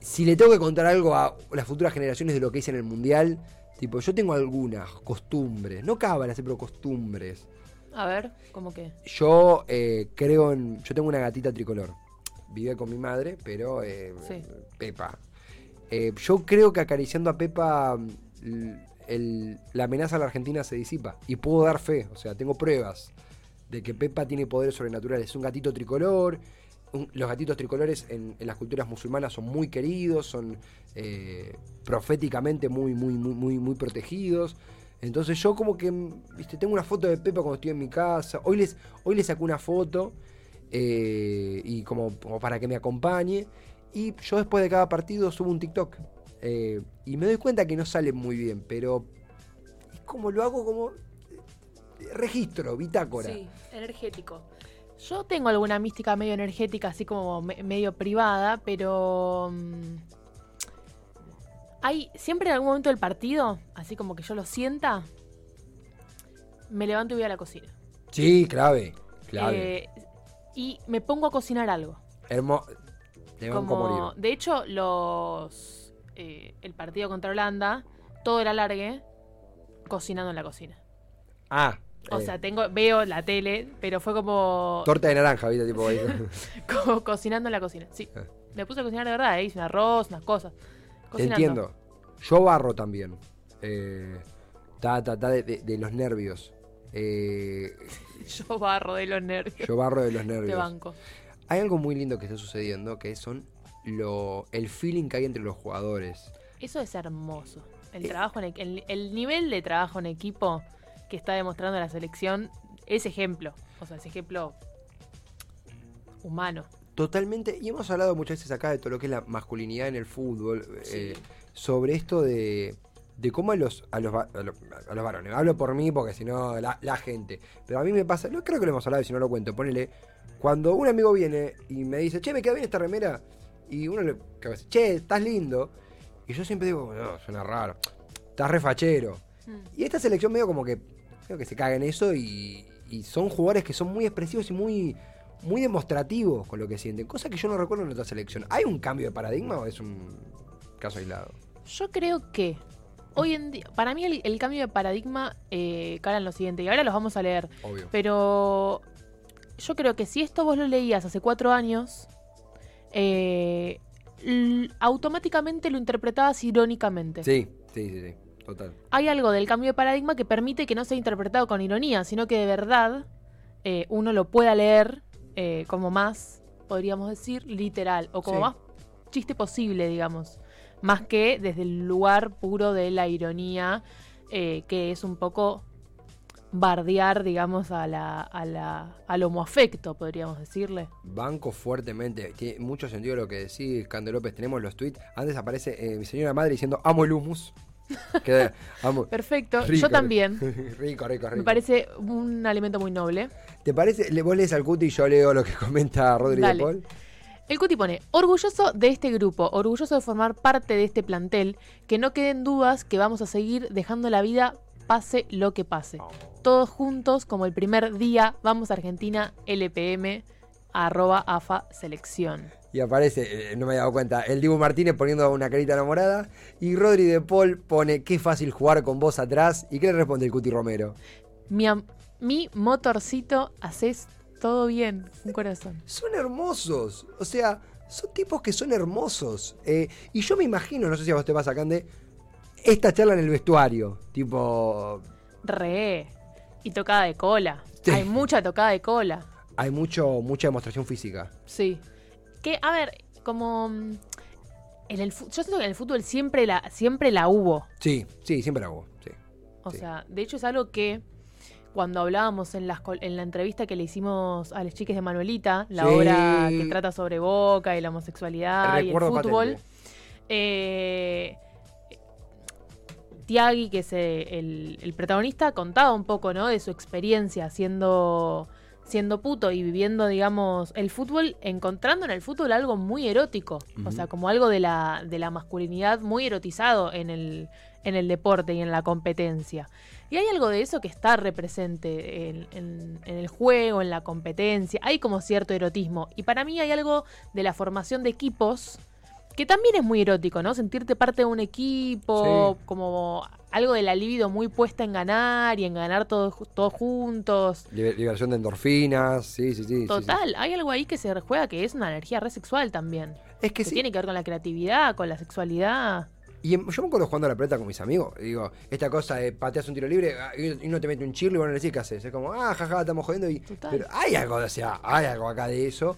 Speaker 2: si le tengo que contar algo a las futuras generaciones de lo que hice en el mundial, tipo, yo tengo algunas costumbres, no cábalas, eh, pero costumbres.
Speaker 3: A ver, ¿cómo que?
Speaker 2: Yo eh, creo en. Yo tengo una gatita tricolor. Vive con mi madre, pero. eh,
Speaker 3: Sí.
Speaker 2: Pepa. Eh, yo creo que acariciando a Pepa. l- el- la amenaza a la Argentina se disipa. Y puedo dar fe, o sea, tengo pruebas de que Pepa tiene poderes sobrenaturales. Es un gatito tricolor. un- los gatitos tricolores en, en las culturas musulmanas son muy queridos, son eh, proféticamente muy, muy, muy, muy, muy protegidos. Entonces yo como que, mm, viste, tengo una foto de Pepa cuando estoy en mi casa. Hoy les, hoy les saco una foto eh, y como, como para que me acompañe. Y yo después de cada partido subo un TikTok. eh, y me doy cuenta que no sale muy bien, pero es como lo hago como eh, registro, bitácora.
Speaker 3: Sí, energético. Yo tengo alguna mística medio energética, así como me- medio privada, pero. mm, hay siempre en algún momento del partido, así como que yo lo sienta, me levanto y voy a la cocina.
Speaker 2: Sí, clave, clave.
Speaker 3: Eh, y me pongo a cocinar algo.
Speaker 2: Hermoso. Te banco a
Speaker 3: Como-
Speaker 2: morir.
Speaker 3: de hecho, los eh, el partido contra Holanda, todo era largue cocinando en la cocina.
Speaker 2: Ah.
Speaker 3: O
Speaker 2: eh,
Speaker 3: sea, tengo veo la tele, pero fue como *laughs*
Speaker 2: torta de naranja, viste, tipo ahí.
Speaker 3: Co- cocinando en la cocina, sí.
Speaker 2: Ah.
Speaker 3: Me puse a cocinar de verdad, eh, hice un arroz, unas cosas. Cocinando. *laughs*
Speaker 2: Entiendo. Yo barro también. Eh, ta, ta, ta de, de- de los nervios. Eh,
Speaker 3: Yo barro de los nervios.
Speaker 2: yo barro de
Speaker 3: *laughs*
Speaker 2: los
Speaker 3: de
Speaker 2: nervios.
Speaker 3: banco.
Speaker 2: Hay algo muy lindo que está sucediendo, que son lo, el feeling que hay entre los jugadores.
Speaker 3: Eso es hermoso. El
Speaker 2: Eh.
Speaker 3: trabajo en equ- el, el nivel de trabajo en equipo que está demostrando la selección es ejemplo. O sea, es ejemplo humano.
Speaker 2: Totalmente, y hemos hablado muchas veces acá de todo lo que es la masculinidad en el fútbol,
Speaker 3: Sí.
Speaker 2: eh, sobre esto de, de cómo a los, a, los, va- a, los, a los varones, hablo por mí porque si no, la, la gente, pero a mí me pasa, no creo que lo hemos hablado y si no lo cuento, ponele, cuando un amigo viene y me dice, che, me queda bien esta remera, y uno le que me dice, che, estás lindo, y yo siempre digo, no, suena raro, estás refachero.
Speaker 3: Mm.
Speaker 2: Y esta selección medio como que creo que se caga en eso y, y son jugadores que son muy expresivos y muy, muy demostrativos con lo que sienten. Cosa que yo no recuerdo en otra selección. ¿Hay un cambio de paradigma o es un caso aislado?
Speaker 3: Yo creo que hoy en día, para mí el, el cambio de paradigma eh, cara en lo siguiente, y ahora los vamos a leer.
Speaker 2: Obvio.
Speaker 3: Pero yo creo que si esto vos lo leías hace cuatro años, eh, l- automáticamente lo interpretabas irónicamente.
Speaker 2: Sí, sí, sí, sí. Total.
Speaker 3: Hay algo del cambio de paradigma que permite que no sea interpretado con ironía, sino que de verdad eh, uno lo pueda leer eh, como más, podríamos decir, literal, o como
Speaker 2: Sí.
Speaker 3: más chiste posible, digamos. Más que desde el lugar puro de la ironía, eh, que es un poco bardear, digamos, a la, a la, al homoafecto, podríamos decirle.
Speaker 2: Banco fuertemente. Tiene mucho sentido lo que decís, Cande López. Tenemos los tweets. Antes aparece eh, mi señora madre diciendo, amo el humus.
Speaker 3: *laughs*
Speaker 2: Que, amo.
Speaker 3: Perfecto,
Speaker 2: Rico,
Speaker 3: yo también.
Speaker 2: *laughs* rico, rico, rico.
Speaker 3: Me parece un alimento muy noble.
Speaker 2: ¿Te parece? Le- Vos lees al cuti y yo leo lo que comenta Rodri de
Speaker 3: Dale.
Speaker 2: Paul.
Speaker 3: El Cuti pone, orgulloso de este grupo, orgulloso de formar parte de este plantel, que no queden dudas que vamos a seguir dejando la vida pase lo que pase. Todos juntos, como el primer día, vamos a Argentina, LPM, arroba AFA selección.
Speaker 2: Y aparece, eh, no me había dado cuenta, el Dibu Martínez poniendo una carita enamorada. Y Rodri de Paul pone, qué fácil jugar con vos atrás. ¿Y qué le responde el Cuti Romero?
Speaker 3: Mi, am- mi motorcito, haces todo bien, un corazón.
Speaker 2: Son hermosos. O sea, Son tipos que son hermosos. Eh, y yo me imagino, no sé si a vos te pasa, Cande, esta charla en el vestuario. Tipo,
Speaker 3: Re. Y tocada de cola.
Speaker 2: Sí.
Speaker 3: Hay mucha tocada de cola.
Speaker 2: hay mucho, mucha demostración física.
Speaker 3: Sí. Que, a ver, como. mm, En el, fu- yo siento que en el fútbol siempre la, siempre la hubo.
Speaker 2: Sí, sí, siempre la hago. Sí.
Speaker 3: O
Speaker 2: Sí.
Speaker 3: sea, de hecho es algo que cuando hablábamos en, las col- en la entrevista que le hicimos a las chiques de Manuelita, la
Speaker 2: Sí.
Speaker 3: obra que trata sobre Boca y la homosexualidad y el fútbol,
Speaker 2: patente.
Speaker 3: eh, Tiagui, que es eh, el, el protagonista, contaba un poco ¿no? de su experiencia siendo, siendo puto y viviendo, digamos, el fútbol, encontrando en el fútbol algo muy erótico, o sea, como algo de la, de la masculinidad muy erotizado en el, en el deporte y en la competencia. Y hay algo de eso que está represente en, en- en el juego, en la competencia, hay como cierto erotismo. Y para mí hay algo de la formación de equipos que también es muy erótico, ¿no? Sentirte parte de un equipo, como algo de la libido muy puesta en ganar y en ganar todos todos juntos.
Speaker 2: Liber- liberación de endorfinas, sí, sí, sí, sí. sí.
Speaker 3: Total, hay algo ahí que se juega que es una energía re sexual también.
Speaker 2: Es que
Speaker 3: Que
Speaker 2: sí.
Speaker 3: tiene que ver con la creatividad, con la sexualidad.
Speaker 2: Y en- yo me acuerdo jugando a la pelota con mis amigos. y Digo, esta cosa de pateas un tiro libre ah, y y uno te mete un chirlo y van a decir qué haces. Es como, ah, jaja, estamos jodiendo. Y,
Speaker 3: Total.
Speaker 2: pero hay algo, o sea, hay algo acá de eso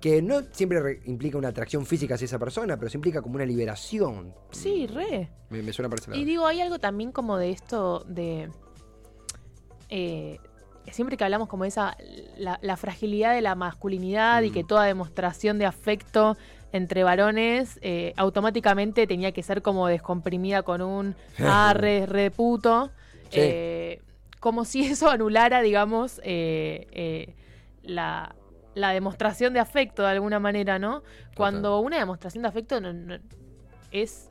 Speaker 2: que no siempre re- implica una atracción física hacia esa persona, pero se implica como una liberación.
Speaker 3: Sí, re.
Speaker 2: Me, me suena para ese lado.
Speaker 3: Y digo, hay algo también como de esto de. eh, siempre que hablamos como esa. La, la fragilidad de la masculinidad y
Speaker 2: Mm.
Speaker 3: que toda demostración de afecto entre varones eh, automáticamente tenía que ser como descomprimida
Speaker 2: *laughs*
Speaker 3: con un arre, re puto.
Speaker 2: Sí.
Speaker 3: Eh, como si *laughs* eso anulara, digamos, eh, eh, la, la demostración de afecto de alguna manera, ¿no? Cuando una demostración de afecto no- no- es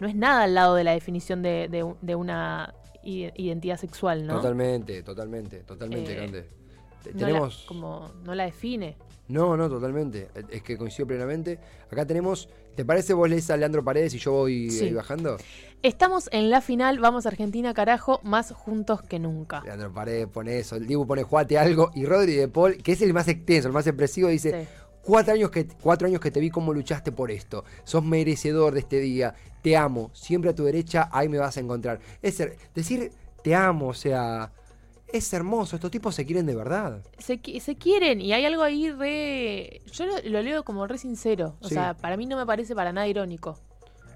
Speaker 3: no es nada al lado de la definición de, de un- de una i- identidad sexual, ¿no?
Speaker 2: Totalmente, totalmente, totalmente,
Speaker 3: Eh,
Speaker 2: Cande. Te-
Speaker 3: No la-
Speaker 2: Tenemos.
Speaker 3: como no la define.
Speaker 2: No, no, totalmente. Es que coincido plenamente. Acá tenemos. ¿Te parece vos lees a Leandro Paredes y yo voy eh,
Speaker 3: Sí.
Speaker 2: bajando?
Speaker 3: Estamos en la final, vamos a Argentina, carajo, más juntos que nunca.
Speaker 2: Leandro Paredes pone eso. El Dibu pone Juate algo. Y Rodri de Paul, que es el más extenso, el más expresivo, dice.
Speaker 3: Sí.
Speaker 2: Cuatro años, que, cuatro años que te vi cómo luchaste por esto. Sos merecedor de este día. Te amo. Siempre a tu derecha, ahí me vas a encontrar. Es her- decir te amo, o sea, es hermoso. Estos tipos se quieren de verdad.
Speaker 3: se, qui- se quieren y hay algo ahí re... Yo lo, lo leo como re sincero. O
Speaker 2: Sí.
Speaker 3: sea, para mí no me parece para nada irónico.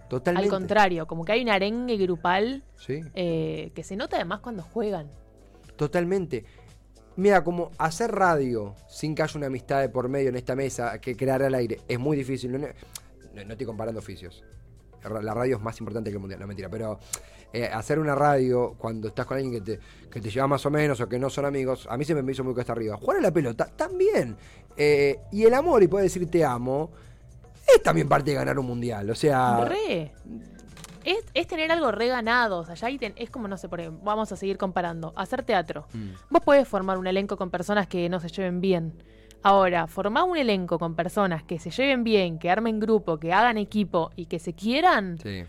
Speaker 2: Totalmente.
Speaker 3: Al contrario, como que hay un arengue grupal
Speaker 2: Sí.
Speaker 3: eh, que se nota además cuando juegan.
Speaker 2: Totalmente. Mira, como hacer radio sin que haya una amistad de por medio en esta mesa que crear al aire es muy difícil. No, no- no estoy comparando oficios. Ra- La radio es más importante que el mundial, no mentira. Pero eh, hacer una radio cuando estás con alguien que te, que te lleva más o menos o que no son amigos, a mí se me hizo muy cuesta arriba. Jugar a la pelota también. Eh, y el amor y poder decir te amo es también parte de ganar un mundial. O sea,
Speaker 3: Re. Es, es tener algo re ganado. O sea, ya ahí ten- es como, no sé, por ejemplo, vamos a seguir comparando. Hacer teatro. Vos podés formar un elenco con personas que no se lleven bien. Ahora, formar un elenco con personas que se lleven bien, que armen grupo, que hagan equipo y que se quieran,
Speaker 2: sí.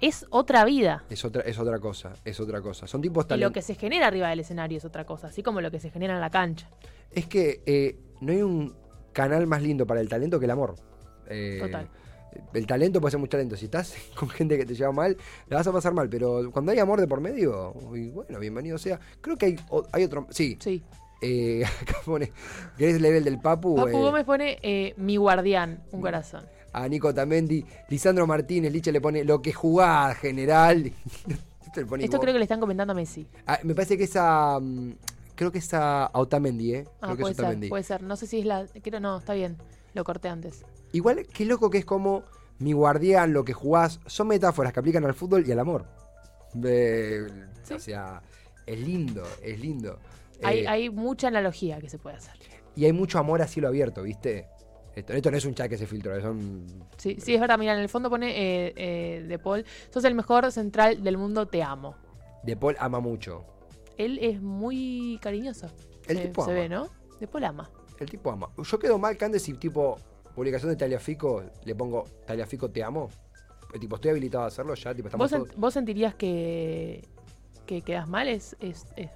Speaker 3: es otra vida.
Speaker 2: es otra, es otra cosa. Es otra cosa. Son tipos
Speaker 3: Y lo
Speaker 2: talentosos.
Speaker 3: que se genera arriba del escenario es otra cosa, así como lo que se genera en la cancha.
Speaker 2: Es que eh, no hay un canal más lindo para el talento que el amor. Eh,
Speaker 3: Total.
Speaker 2: El talento puede ser mucho talento. Si estás *laughs* con gente que te lleva mal, la vas a pasar mal. Pero cuando hay amor de por medio, uy, bueno, bienvenido sea. Creo que hay, o- hay otro. Sí.
Speaker 3: Sí.
Speaker 2: Eh, *laughs* acá pone. ¿Querés leer el del Papu?
Speaker 3: Papu
Speaker 2: Eh,
Speaker 3: Gómez pone eh, mi guardián,
Speaker 2: Mm.
Speaker 3: un corazón.
Speaker 2: A Nico Tamendi. Lisandro Martínez, Licha le pone lo que jugás, general. *laughs* Esto, le pone
Speaker 3: Esto
Speaker 2: como-
Speaker 3: creo que le están comentando a Messi.
Speaker 2: Ah, me parece que esa. Creo que esa Otamendi, ¿eh? Creo
Speaker 3: Ah,
Speaker 2: que es
Speaker 3: puede
Speaker 2: Otamendi.
Speaker 3: ser, puede ser. No sé si es la. Creo no, está bien. Lo corté antes.
Speaker 2: Igual, qué loco que es como mi guardián, lo que jugás, son metáforas que aplican al fútbol y al amor. Eh, O sea, es lindo, es lindo.
Speaker 3: Hay,
Speaker 2: Eh,
Speaker 3: hay mucha analogía que se puede hacer.
Speaker 2: Y hay mucho amor a cielo abierto, ¿viste? Esto, esto no es un chat que se filtró, son...
Speaker 3: Sí, sí, es verdad. Mira, en el fondo pone eh, eh, De Paul: sos el mejor central del mundo, te amo.
Speaker 2: De Paul ama mucho.
Speaker 3: Él es muy cariñoso.
Speaker 2: El
Speaker 3: se,
Speaker 2: tipo
Speaker 3: se
Speaker 2: ama.
Speaker 3: ve, ¿no? De Paul ama.
Speaker 2: El tipo ama. Yo quedo mal, Cande, si tipo publicación de Taliafico, le pongo Taliafico te amo. Eh, Tipo, estoy habilitado a hacerlo ya, tipo, estamos
Speaker 3: ¿Vos,
Speaker 2: todos...
Speaker 3: sent- vos sentirías que, que quedas mal? Es, es, es-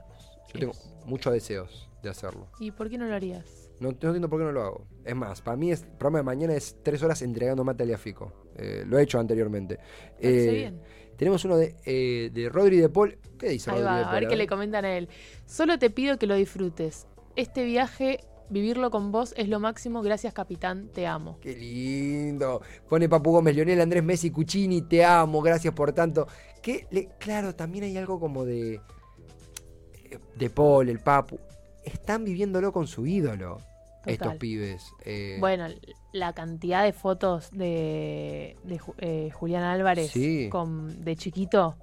Speaker 2: Yo tengo
Speaker 3: es-
Speaker 2: muchos deseos. de hacerlo.
Speaker 3: ¿Y por qué no lo harías?
Speaker 2: No, no entiendo por qué no lo hago. Es más, para mí es, el programa de mañana es tres horas entregando mate a Fico. Eh, lo he hecho anteriormente.
Speaker 3: Parece
Speaker 2: Eh,
Speaker 3: bien.
Speaker 2: Tenemos uno de, eh, de Rodri de Paul. ¿Qué dice
Speaker 3: Ahí
Speaker 2: Rodri
Speaker 3: va,
Speaker 2: de
Speaker 3: a
Speaker 2: Paul? eh?
Speaker 3: ver qué le comentan a él. Solo te pido que lo disfrutes. Este viaje, vivirlo con vos es lo máximo. Gracias, capitán. Te amo.
Speaker 2: Qué lindo. Pone Papu Gómez, Leonel Andrés Messi, Cuccini, te amo, gracias por tanto. Que le- claro, también hay algo como de. De Paul, el Papu. Están viviéndolo con su ídolo, estos
Speaker 3: Total.
Speaker 2: pibes. Eh,
Speaker 3: Bueno, la cantidad de fotos de, de Ju- eh, Julián Álvarez
Speaker 2: Sí.
Speaker 3: con, de chiquito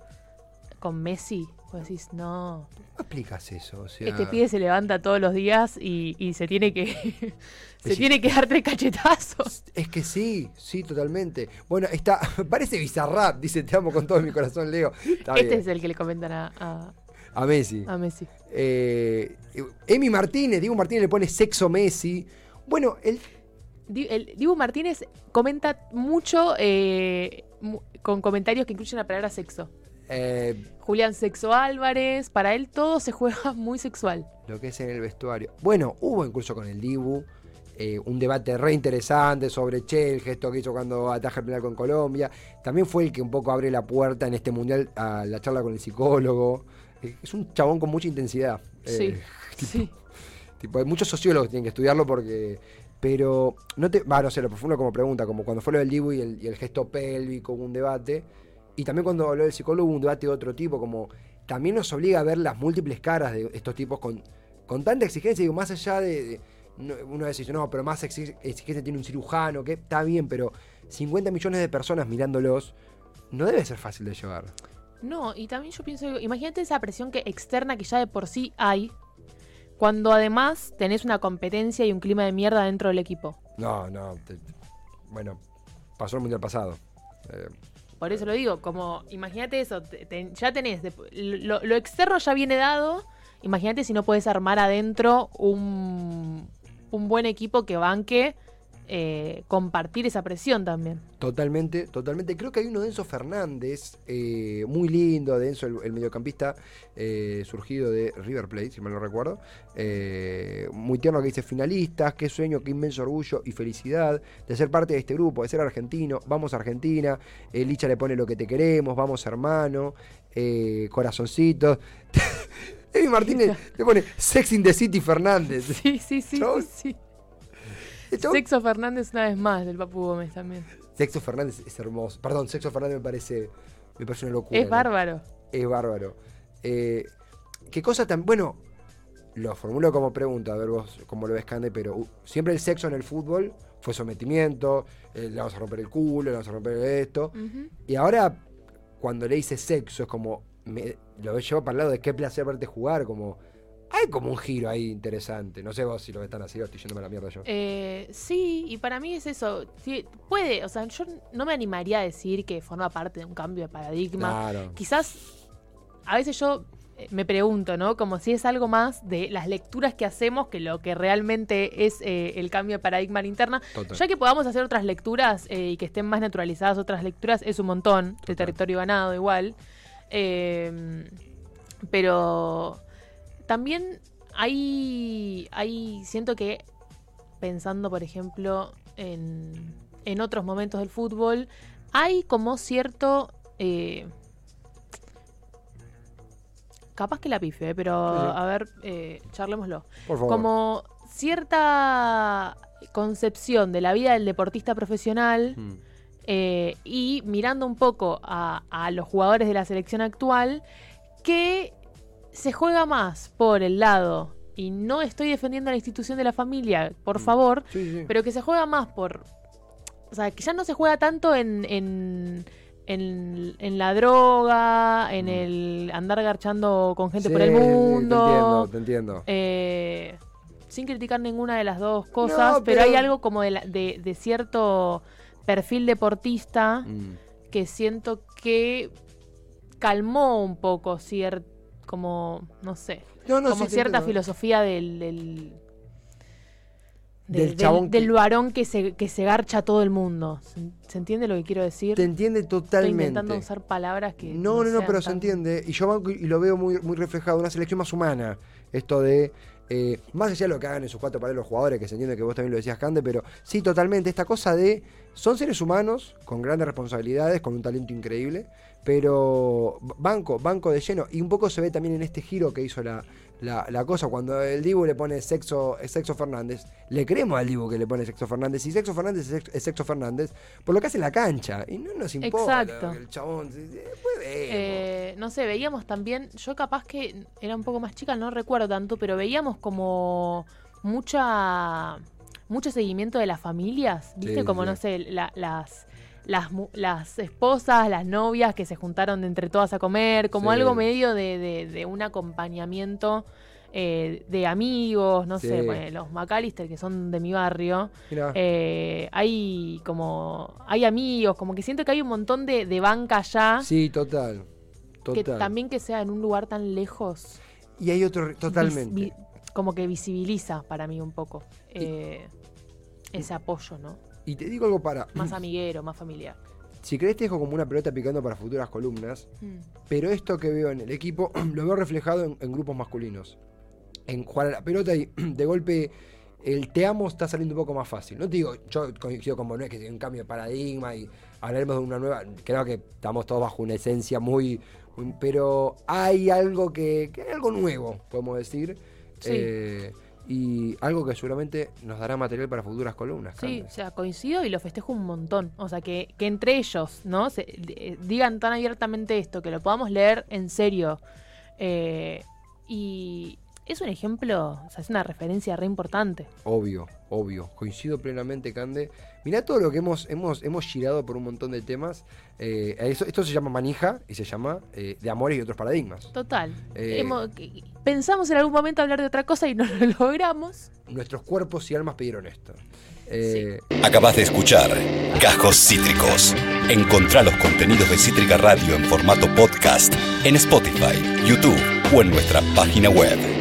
Speaker 3: con Messi, pues decís, no.
Speaker 2: ¿Cómo explicas eso? O sea,
Speaker 3: Este pibe se levanta todos los días y, y se tiene que *laughs* se
Speaker 2: Decís-
Speaker 3: tiene que dar tres cachetazos.
Speaker 2: Es que sí, sí, totalmente. Bueno, está. *laughs* Parece bizarrap, dice: Te amo con todo mi corazón, Leo. Está
Speaker 3: este
Speaker 2: bien.
Speaker 3: es el Ah. que le comentan a, a-
Speaker 2: A Messi.
Speaker 3: a Messi.
Speaker 2: Eh, Emi Martínez, Diego Martínez le pone sexo Messi. Bueno, el
Speaker 3: Di- el- Dibu Martínez comenta mucho eh, mu- con comentarios que incluyen la palabra sexo.
Speaker 2: eh,
Speaker 3: Julián Sexo Álvarez, para él todo se juega *laughs* muy sexual.
Speaker 2: lo que es en el vestuario. Bueno, hubo incluso con el Dibu eh, un debate re interesante sobre Che, el gesto que hizo cuando ataja el penal con Colombia. También fue el que un poco abre la puerta en este mundial a la charla con el psicólogo. Eh, Es un chabón con mucha intensidad. *laughs*
Speaker 3: Sí,
Speaker 2: Eh,
Speaker 3: sí.
Speaker 2: tipo, hay muchos sociólogos que tienen que estudiarlo porque. Pero no te. Va, no sé, lo profundo como pregunta, como cuando fue lo del Dibu y el, y el gesto pélvico, hubo un debate. Y también cuando habló del psicólogo hubo un debate de otro tipo, como también nos obliga a ver las múltiples caras de estos tipos con, con tanta exigencia, digo, más allá de. de- no, uno dice, no, pero más exi- exigencia tiene un cirujano, que está bien, pero 50 millones de personas mirándolos no debe ser fácil de llevar.
Speaker 3: No, y también yo pienso, digo, imagínate esa presión que externa que ya de por sí hay, cuando además tenés una competencia y un clima de mierda dentro del equipo.
Speaker 2: No, no. te- bueno, pasó el mundial pasado. Eh,
Speaker 3: Por eso lo digo, como imagínate eso, te- te- ya tenés, de- lo, lo externo ya viene dado, imagínate si no puedes armar adentro un, un buen equipo que banque eh, compartir esa presión también. *laughs*
Speaker 2: Totalmente, totalmente. Creo que hay uno de Enzo Fernández, eh, muy lindo, de Enzo, el, el mediocampista eh, surgido de River Plate, si mal no recuerdo. Eh, muy tierno que dice finalistas, qué sueño, qué inmenso orgullo y felicidad de ser parte de este grupo, de ser argentino, vamos Argentina, el Licha le pone lo que te queremos, vamos hermano, eh, corazoncitos. *laughs* Emi Martínez le pone Sex in the City *laughs* Fernández.
Speaker 3: Sí, sí, sí,
Speaker 2: Chabón.
Speaker 3: sí, sí.
Speaker 2: Este chabón-
Speaker 3: Sexo Fernández una vez más, del Papu Gómez también.
Speaker 2: Sexo Fernández es hermoso. Perdón, Sexo Fernández me parece, me parece una locura.
Speaker 3: Es
Speaker 2: ¿no?
Speaker 3: bárbaro.
Speaker 2: Es bárbaro. Eh, ¿Qué cosa tan. Bueno, lo formulo como pregunta, a ver vos cómo lo ves, Cande, pero uh, siempre el sexo en el fútbol fue sometimiento, eh, le vamos a romper el culo, le vamos a romper esto.
Speaker 3: Ujú.
Speaker 2: Y ahora, cuando le dice sexo, es como. me- lo llevo para el lado de qué placer verte jugar, como. Hay como un giro ahí interesante. No sé vos si lo ves tan así o estoy yéndome a la mierda yo.
Speaker 3: Eh, sí, y para mí es eso. Sí, puede, o sea, yo no me animaría a decir que forma parte de un cambio de paradigma.
Speaker 2: Claro.
Speaker 3: Quizás a veces yo eh, me pregunto, ¿no? Como si es algo más de las lecturas que hacemos que lo que realmente es eh, el cambio de paradigma a la interna.
Speaker 2: Total.
Speaker 3: Ya que podamos hacer otras lecturas eh, y que estén más naturalizadas otras lecturas, es un montón de
Speaker 2: Total.
Speaker 3: territorio ganado igual. Eh, pero también hay, hay, siento que pensando, por ejemplo, en, en otros momentos del fútbol, hay como cierto... eh, capaz que la pife, eh, pero
Speaker 2: Sí, sí.
Speaker 3: a ver, eh, charlémoslo
Speaker 2: Por favor.
Speaker 3: como cierta concepción de la vida del deportista profesional
Speaker 2: Mm.
Speaker 3: eh, y mirando un poco a, a los jugadores de la selección actual que se juega más por el lado y no estoy defendiendo a la institución de la familia, por
Speaker 2: Mm.
Speaker 3: favor,
Speaker 2: Sí, sí, sí.
Speaker 3: pero que se juega más por. O sea, que ya no se juega tanto en. en en, en la droga, en
Speaker 2: Mm.
Speaker 3: el andar garchando con gente
Speaker 2: Sí,
Speaker 3: por el
Speaker 2: sí, sí,
Speaker 3: mundo.
Speaker 2: Te entiendo, te entiendo.
Speaker 3: Eh, sin criticar ninguna de las dos cosas,
Speaker 2: No,
Speaker 3: pero,
Speaker 2: pero-
Speaker 3: hay algo como de, la- de- de cierto perfil deportista
Speaker 2: Mm.
Speaker 3: que siento que calmó un poco cierto como no sé
Speaker 2: No, no,
Speaker 3: como
Speaker 2: sí, te
Speaker 3: cierta
Speaker 2: entiendo.
Speaker 3: filosofía del del, de-
Speaker 2: Del chabón que-
Speaker 3: del varón que se, que se garcha a todo el mundo ¿Se, se entiende lo que quiero decir
Speaker 2: Te entiende
Speaker 3: estoy
Speaker 2: totalmente.
Speaker 3: intentando usar palabras que
Speaker 2: No, no, no,
Speaker 3: sean
Speaker 2: pero se
Speaker 3: tan-
Speaker 2: entiende. Y yo banco y y lo veo muy, muy reflejado. Una selección más humana. Esto de eh, más allá de lo que hagan en sus cuatro paredes los jugadores, que se entiende que vos también lo decías, Cande, pero sí, totalmente, esta cosa de, son seres humanos con grandes responsabilidades, con un talento increíble, pero banco, banco de lleno, y un poco se ve también en este giro que hizo la, la, la cosa, cuando el Dibu le pone sexo, sexo Fernández, le creemos al Dibu que le pone sexo Fernández, y sexo Fernández es sexo, es Sexo Fernández, por lo que hace en la cancha, y no nos importa,
Speaker 3: Exacto.
Speaker 2: el chabón, sí, sí, después vemos.
Speaker 3: Eh, no sé, veíamos también, yo capaz que era un poco más chica, no recuerdo tanto, pero veíamos como mucha mucho seguimiento de las familias, viste,
Speaker 2: sí,
Speaker 3: como
Speaker 2: sí.
Speaker 3: no sé, la- las las mu- las esposas, las novias que se juntaron de entre todas a comer, como
Speaker 2: Sí.
Speaker 3: algo medio de, de- de un acompañamiento eh, de amigos, no sé,
Speaker 2: Sí. Ah.
Speaker 3: bueno, los McAllister que son de mi barrio.
Speaker 2: Mirá.
Speaker 3: Eh, hay como hay amigos, como que siento que hay un montón de, de banca allá
Speaker 2: Sí, total.
Speaker 3: ¿ah? que
Speaker 2: Total.
Speaker 3: también que sea en un lugar tan lejos.
Speaker 2: Y hay otro, totalmente.
Speaker 3: vis- vi- como que visibiliza para mí un poco eh, ese apoyo, ¿no?
Speaker 2: Y te digo algo para. *clears throat*
Speaker 3: Más amiguero, más familiar.
Speaker 2: Si crees te dejo como una pelota picando para futuras columnas,
Speaker 3: Mm.
Speaker 2: pero esto que veo en el equipo *clears throat* lo veo reflejado en, en grupos masculinos. En jugar a la pelota y *clears throat* de golpe el te amo está saliendo un poco más fácil. No te digo, yo coincido con Bonués que hay un cambio de paradigma y hablaremos de una nueva. Creo que estamos todos bajo una esencia muy. un- pero hay algo que, que hay algo nuevo, podemos decir.
Speaker 3: Sí.
Speaker 2: Eh, y algo que seguramente nos dará material para futuras columnas.
Speaker 3: Sí,
Speaker 2: Cande.
Speaker 3: o sea, coincido y lo festejo un montón. O sea, que, que entre ellos, ¿no? Se, eh, digan tan abiertamente esto, que lo podamos leer en serio. Eh, y es un ejemplo, o sea, es una referencia re importante.
Speaker 2: Obvio, obvio. Coincido plenamente, Cande. Mirá todo lo que hemos, hemos, hemos girado por un montón de temas. Eh, eso- esto se llama manija y se llama eh, de amores y otros paradigmas.
Speaker 3: Total.
Speaker 2: Eh,
Speaker 3: Hemos- que- pensamos en algún momento hablar de otra cosa y no lo *laughs* logramos.
Speaker 2: Nuestros cuerpos y almas pidieron esto. Eh,
Speaker 1: Acabas de escuchar Cajos Cítricos. Encontrá los contenidos de Cítrica Radio en formato podcast en Spotify, YouTube o en nuestra página web.